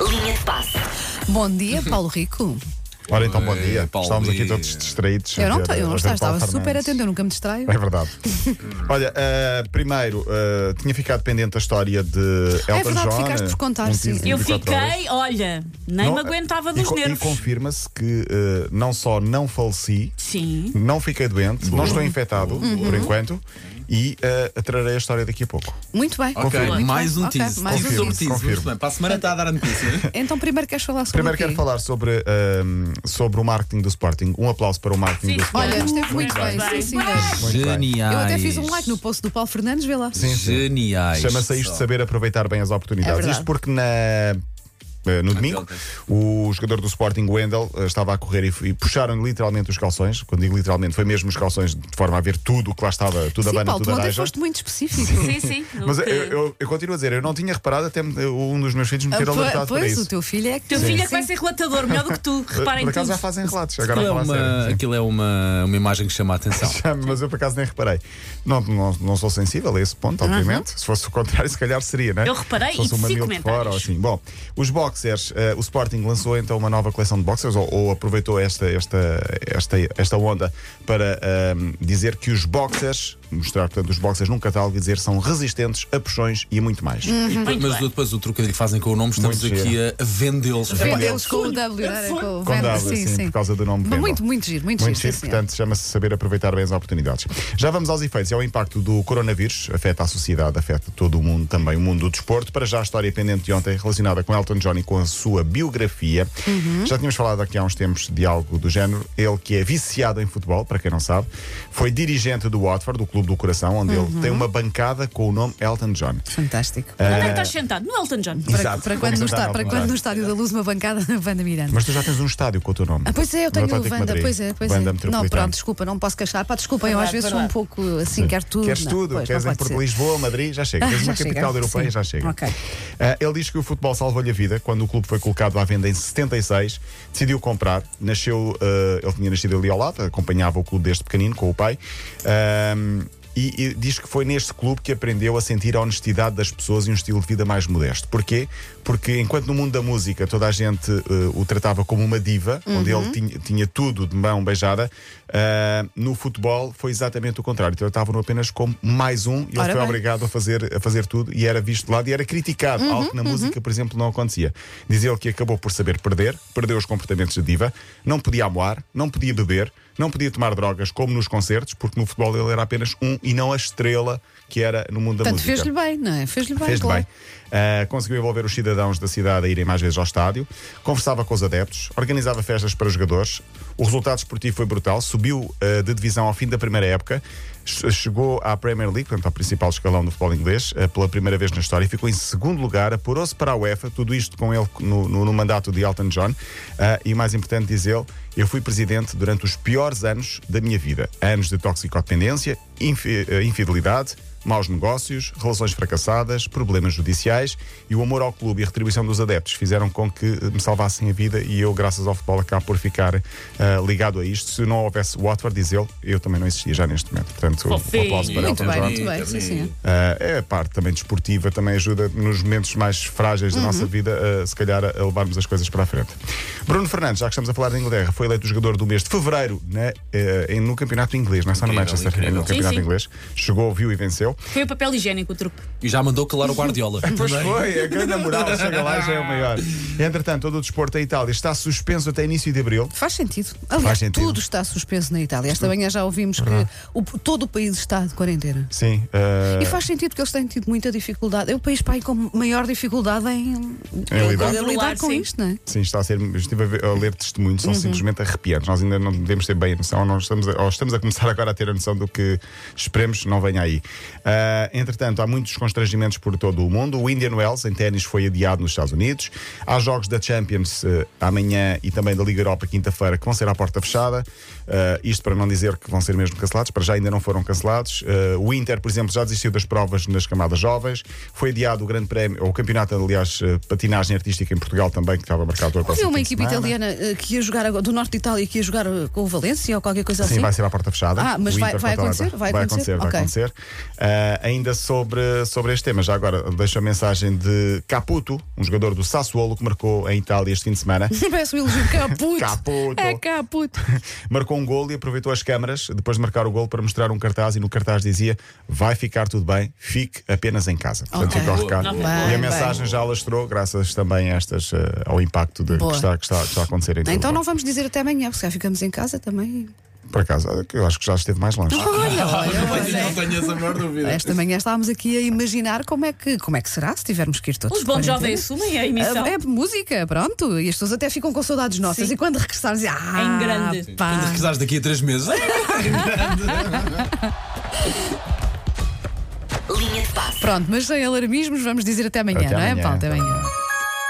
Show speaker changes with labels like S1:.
S1: Linha de passe.
S2: Bom dia, Paulo Rico.
S3: Ora então, bom dia.
S4: Eh, Paulo,
S3: Estávamos aqui
S4: dia.
S3: todos distraídos. a
S2: Eu não,
S3: ver-
S2: tô- eu
S3: a
S2: não
S3: ver
S2: estava,
S3: Paulo
S2: estava super
S3: Fernandes.
S2: atento, eu nunca me distraio.
S3: É verdade. Olha, eh, primeiro, eh, tinha ficado pendente a história de Elton
S2: Ah, é verdade,
S3: John.
S2: ficaste por contar,
S3: um
S2: sim.
S3: teaser de
S5: Eu
S3: 24 horas.
S5: fiquei, olha, nem
S3: Não,
S5: me
S3: eh,
S5: aguentava
S3: e
S5: dos
S3: co- E
S5: nervos.
S3: confirma-se que eh, não só não faleci,
S5: Sim.
S3: não fiquei doente, não estou infectado, por enquanto, e eh, trarei a história daqui a pouco.
S2: Muito bem.
S4: Ok,
S2: Muito
S4: mais
S2: bem.
S4: um
S2: Ok,
S4: teaser.
S2: mais um
S4: Teaser sobre
S2: teaser.
S4: teaser.
S3: Confirmo.
S4: Muito bem, Para a semana está a dar a notícia, hein?
S2: Então, primeiro queres falar sobre
S3: Primeiro
S2: o quê?
S3: quero falar sobre, eh, sobre o marketing do Sporting. Um aplauso para o marketing do Sporting.
S2: Olha, esteve muito
S5: bem.
S2: bem. Sim,
S5: Muito
S2: senhor.
S3: bem.
S4: Geniais.
S2: Eu até fiz um like no post do Paulo Fernandes, vê lá.
S3: Sim, sim.
S4: Geniais.
S3: Chama-se Isto de Saber Aproveitar Bem as
S2: É
S3: Oportunidades.
S2: verdade.
S3: Isto porque na. eh, No domingo,
S4: ontem.
S3: o jogador do Sporting, Wendel, eh, estava a correr e, e puxaram literalmente os calções. Quando digo literalmente, foi mesmo os calções, de forma a ver tudo o que lá estava, tudo a
S2: Sim,
S3: banda,
S2: Paulo, tu
S3: tudo a
S2: ontem
S3: raja.
S2: foste muito específico.
S5: Sim, sim. no
S3: Mas eu,
S5: que-
S3: eu- eu continuo a dizer, eu não tinha reparado até me- um dos meus filhos me
S2: Ah,
S3: ter
S2: po-
S3: alertado para
S2: Pois,
S3: isso.
S2: o teu filho é que.
S5: Teu filho é que
S2: Sim.
S5: vai ser relatador, melhor do que tu,
S3: Por-
S5: reparem
S3: por acaso
S5: tudo.
S3: já fazem relatos, agora
S4: Aquilo é,
S3: a falar
S4: uma,
S3: sério.
S4: aquilo é uma, uma imagem que chama a atenção.
S3: Já, mas eu por acaso nem reparei. Não, não, não sou sensível a esse ponto, obviamente. Se fosse o contrário, se calhar seria, né?
S5: Eu reparei
S3: Se fosse
S5: e
S3: um
S5: vi
S3: mamilo de fora
S5: comentários.
S3: ou assim. Bom, os boxers, eh, o Sporting lançou então uma nova coleção de boxers, ou, ou aproveitou esta, esta, esta, esta onda para ahm, dizer que os boxers, mostrar portanto os boxers num catálogo e dizer são resistentes a puxões e a muito mais.
S5: Muito
S4: Mas
S5: bem.
S4: depois o trocadilho que fazem com o nome, estamos
S3: Muito
S4: aqui a vendê-los.
S2: Vendê-los com o W,
S5: eu
S2: não é?
S5: fui.
S2: Com o
S3: Com
S2: Venda,
S3: W,
S2: sim,
S3: sim,
S2: sim.
S3: por causa do nome
S2: Mas
S3: Venda.
S2: Muito, muito giro, muito,
S3: Muito
S2: giro.
S3: giro,
S2: sim, senhor.
S3: portanto, chama-se saber aproveitar bem as oportunidades. Já vamos aos efeitos. É o impacto do coronavírus, afeta a sociedade, afeta todo o mundo, também o mundo do desporto. Para já a história pendente de ontem relacionada com Elton John e com a sua biografia.
S2: Uhum.
S3: Já tínhamos falado aqui há uns tempos de algo do género. Ele que é viciado em futebol, para quem não sabe, foi dirigente do Watford, do Clube do Coração, onde
S2: Uhum.
S3: ele tem uma bancada com o nome Elton John.
S2: Fantástico.
S5: Onde é que estás sentado? No Elton John.
S3: Exato.
S2: Para quando, no,
S3: Vamos
S2: está,
S3: andar
S2: para quando no
S3: ao contrário.
S2: Estádio da Luz uma bancada, Vanda Miranda.
S3: Mas tu já tens um estádio com o teu nome.
S2: Ah, pois é, eu
S3: No
S2: tenho o
S3: Atlético de
S2: Vanda,
S3: Madrid.
S2: pois é, pois
S3: Vanda
S2: é. Não, pronto,
S3: Metropolitana.
S2: desculpa, não me posso queixar. Pá, desculpem, eu
S5: Verdade,
S2: às vezes sou um
S5: verdade.
S2: pouco assim, quero tudo.
S3: Queres
S2: Não,
S3: tudo,
S2: pois,
S3: queres
S2: não
S3: em
S2: pode
S3: Porto
S2: ser.
S3: Lisboa, Madrid, já chega.
S2: Ah,
S3: Queres
S2: já
S3: uma capital
S2: chega,
S3: europeia,
S2: sim.
S3: já chega.
S2: Ok.
S3: Ah, ele diz que o futebol salvou-lhe a vida quando o clube foi colocado à venda em 76, decidiu comprar, nasceu, ah, ele tinha nascido ali ao lado, acompanhava o clube desde pequenino com o pai. Ahm, e, e diz que foi neste clube que aprendeu a sentir a honestidade das pessoas e um estilo de vida mais modesto. Porquê? Porque enquanto no mundo da música toda a gente ah, o tratava como uma diva, onde
S2: Uhum.
S3: ele tinha, tinha tudo de mão beijada, ah, no futebol foi exatamente o contrário. Tratavam-no apenas como mais um e ele
S2: Ora
S3: foi
S2: bem.
S3: obrigado obrigado a fazer, a fazer tudo e era visto de lado e era criticado,
S2: Uhum,
S3: algo que na música, por exemplo, não acontecia. Diz ele que acabou por saber perder, perdeu os comportamentos de diva, não podia amoar, não podia beber, não podia tomar drogas, como nos concertos, porque no futebol ele era apenas um e não a estrela que era no mundo da
S2: Portanto,
S3: música.
S2: fez-lhe bem, não é? Fez-lhe bem.
S3: Fez-lhe
S2: claro.
S3: bem. Ah, conseguiu envolver os cidadãos da cidade a irem mais vezes ao estádio, conversava com os adeptos, organizava festas para os jogadores. O resultado esportivo foi brutal, subiu ah, de divisão ao fim da primeira época, che- chegou à Premier League, portanto, ao principal escalão do futebol inglês, ah, pela primeira vez na história, e ficou em segundo lugar, apurou-se para a UEFA, tudo isto com ele no, no- no mandato de Elton John. Ah, e mais importante, diz ele, eu fui presidente durante os piores anos da minha vida: anos de toxicodependência, infi- ah, infidelidade maus negócios, relações fracassadas, problemas judiciais e o amor ao clube e a retribuição dos adeptos fizeram com que eh, me salvassem a vida e eu, graças ao futebol, acabo por ficar ah, ligado a isto. Se não houvesse o Watford, diz ele, eu também não existia já neste momento. Portanto, um
S5: Fofinho.
S3: aplauso para
S2: Muito
S3: Elton
S2: bem,
S3: John.
S2: muito bem. Sim, sim.
S3: Ah, é a parte também desportiva, também ajuda nos momentos mais frágeis da nossa vida, ah, se calhar, a levarmos as coisas para a frente. Bruno Fernandes, já que estamos a falar de Inglaterra, foi eleito jogador do mês de fevereiro né, eh, em- no Campeonato Inglês, não é só no
S4: Incrível,
S3: Manchester, é
S4: incrível.
S3: no Campeonato
S5: Sim, sim.
S3: Inglês. Chegou, viu e venceu.
S5: Foi o papel higiênico o truque.
S4: E já mandou calar o Guardiola. é?
S3: Pois
S4: Também.
S3: foi, a grande moral chega lá e já é o maior. Entretanto, todo o desporto em Itália está suspenso até início de abril.
S2: Faz sentido. Aliás,
S3: Faz sentido.
S2: tudo está suspenso na Itália. Esta manhã já ouvimos que o- todo o país está de quarentena.
S3: Sim. eh,
S2: E faz sentido que eles têm tido muita dificuldade. É o país pai com maior dificuldade em,
S3: Em lidar.
S2: em lidar com
S5: Sim.
S2: isto, não é?
S3: Sim, está a ser. eu Estive a, ver- a ler testemunhos, são simplesmente arrepiantes. Nós ainda não devemos ter bem a noção, nós estamos a, ou estamos a começar agora a ter a noção do que esperemos não venha aí. Ah, entretanto, há muitos constrangimentos por todo o mundo. O Indian Wells em ténis foi adiado nos Estados Unidos. Há jogos da Champions eh, amanhã e também da Liga Europa quinta-feira que vão ser à porta fechada. Ah, isto para não dizer que vão ser mesmo cancelados, para já ainda não foram cancelados. Ah, o Inter, por exemplo, já desistiu das provas nas camadas jovens. Foi adiado o Grande Prémio, ou o Campeonato, aliás, eh, patinagem artística em Portugal também, que estava marcado para o
S2: Havia é
S3: próximo
S2: uma
S3: fim de
S2: equipe
S3: semana.
S2: italiana eh, que ia jogar agora- do norte de Itália que ia jogar eh, com o Valência ou qualquer coisa
S3: Sim,
S2: assim.
S3: vai ser à porta fechada.
S2: Ah, mas
S3: O
S2: vai-
S3: Inter
S2: vai
S3: contra o
S2: acontecer?
S3: Inter.
S2: Vai
S3: Vai
S2: acontecer?
S3: acontecer, vai
S2: Ok.
S3: acontecer. Ah, ainda sobre, sobre este tema, já agora deixo a mensagem de Caputo, um jogador do Sassuolo que marcou em Itália este fim de semana.
S2: Parece um elogio. Caputo.
S3: Caputo.
S2: É caputo.
S3: marcou um gol e aproveitou as câmaras depois de marcar o gol para mostrar um cartaz e no cartaz dizia vai ficar tudo bem, fique apenas em casa. Portanto,
S2: Ok.
S3: fica o
S4: Boa,
S3: recado.
S5: boa.
S3: e
S2: Bem,
S3: a mensagem já alastrou, graças também a estas, eh, ao impacto de, que,
S2: Boa.
S3: está, que, está, que está a acontecer em todo
S2: Então
S3: o
S2: não
S3: mundo.
S2: vamos dizer até amanhã, porque se calhar ficamos em casa também.
S3: Por acaso, eu acho que já esteve mais
S2: Então
S3: longe.
S2: Olha, É olha,
S4: Não tenho essa menor dúvida.
S2: Esta manhã estávamos aqui a imaginar como é que, como é que será se tivermos que ir todos.
S5: Os bons
S2: de quarentena.
S5: jovens assumem a emissão.
S2: É, é música, pronto. E as pessoas até ficam com saudades nossas.
S5: Sim.
S2: E quando regressar, dizem, ah,
S5: Em grande. Sim.
S2: Pá.
S4: Quando requisares daqui a três meses.
S1: Linha de passe.
S2: Pronto, mas sem alarmismos, vamos dizer até amanhã,
S3: Até
S2: não é,
S3: amanhã.
S2: Paulo? Até amanhã.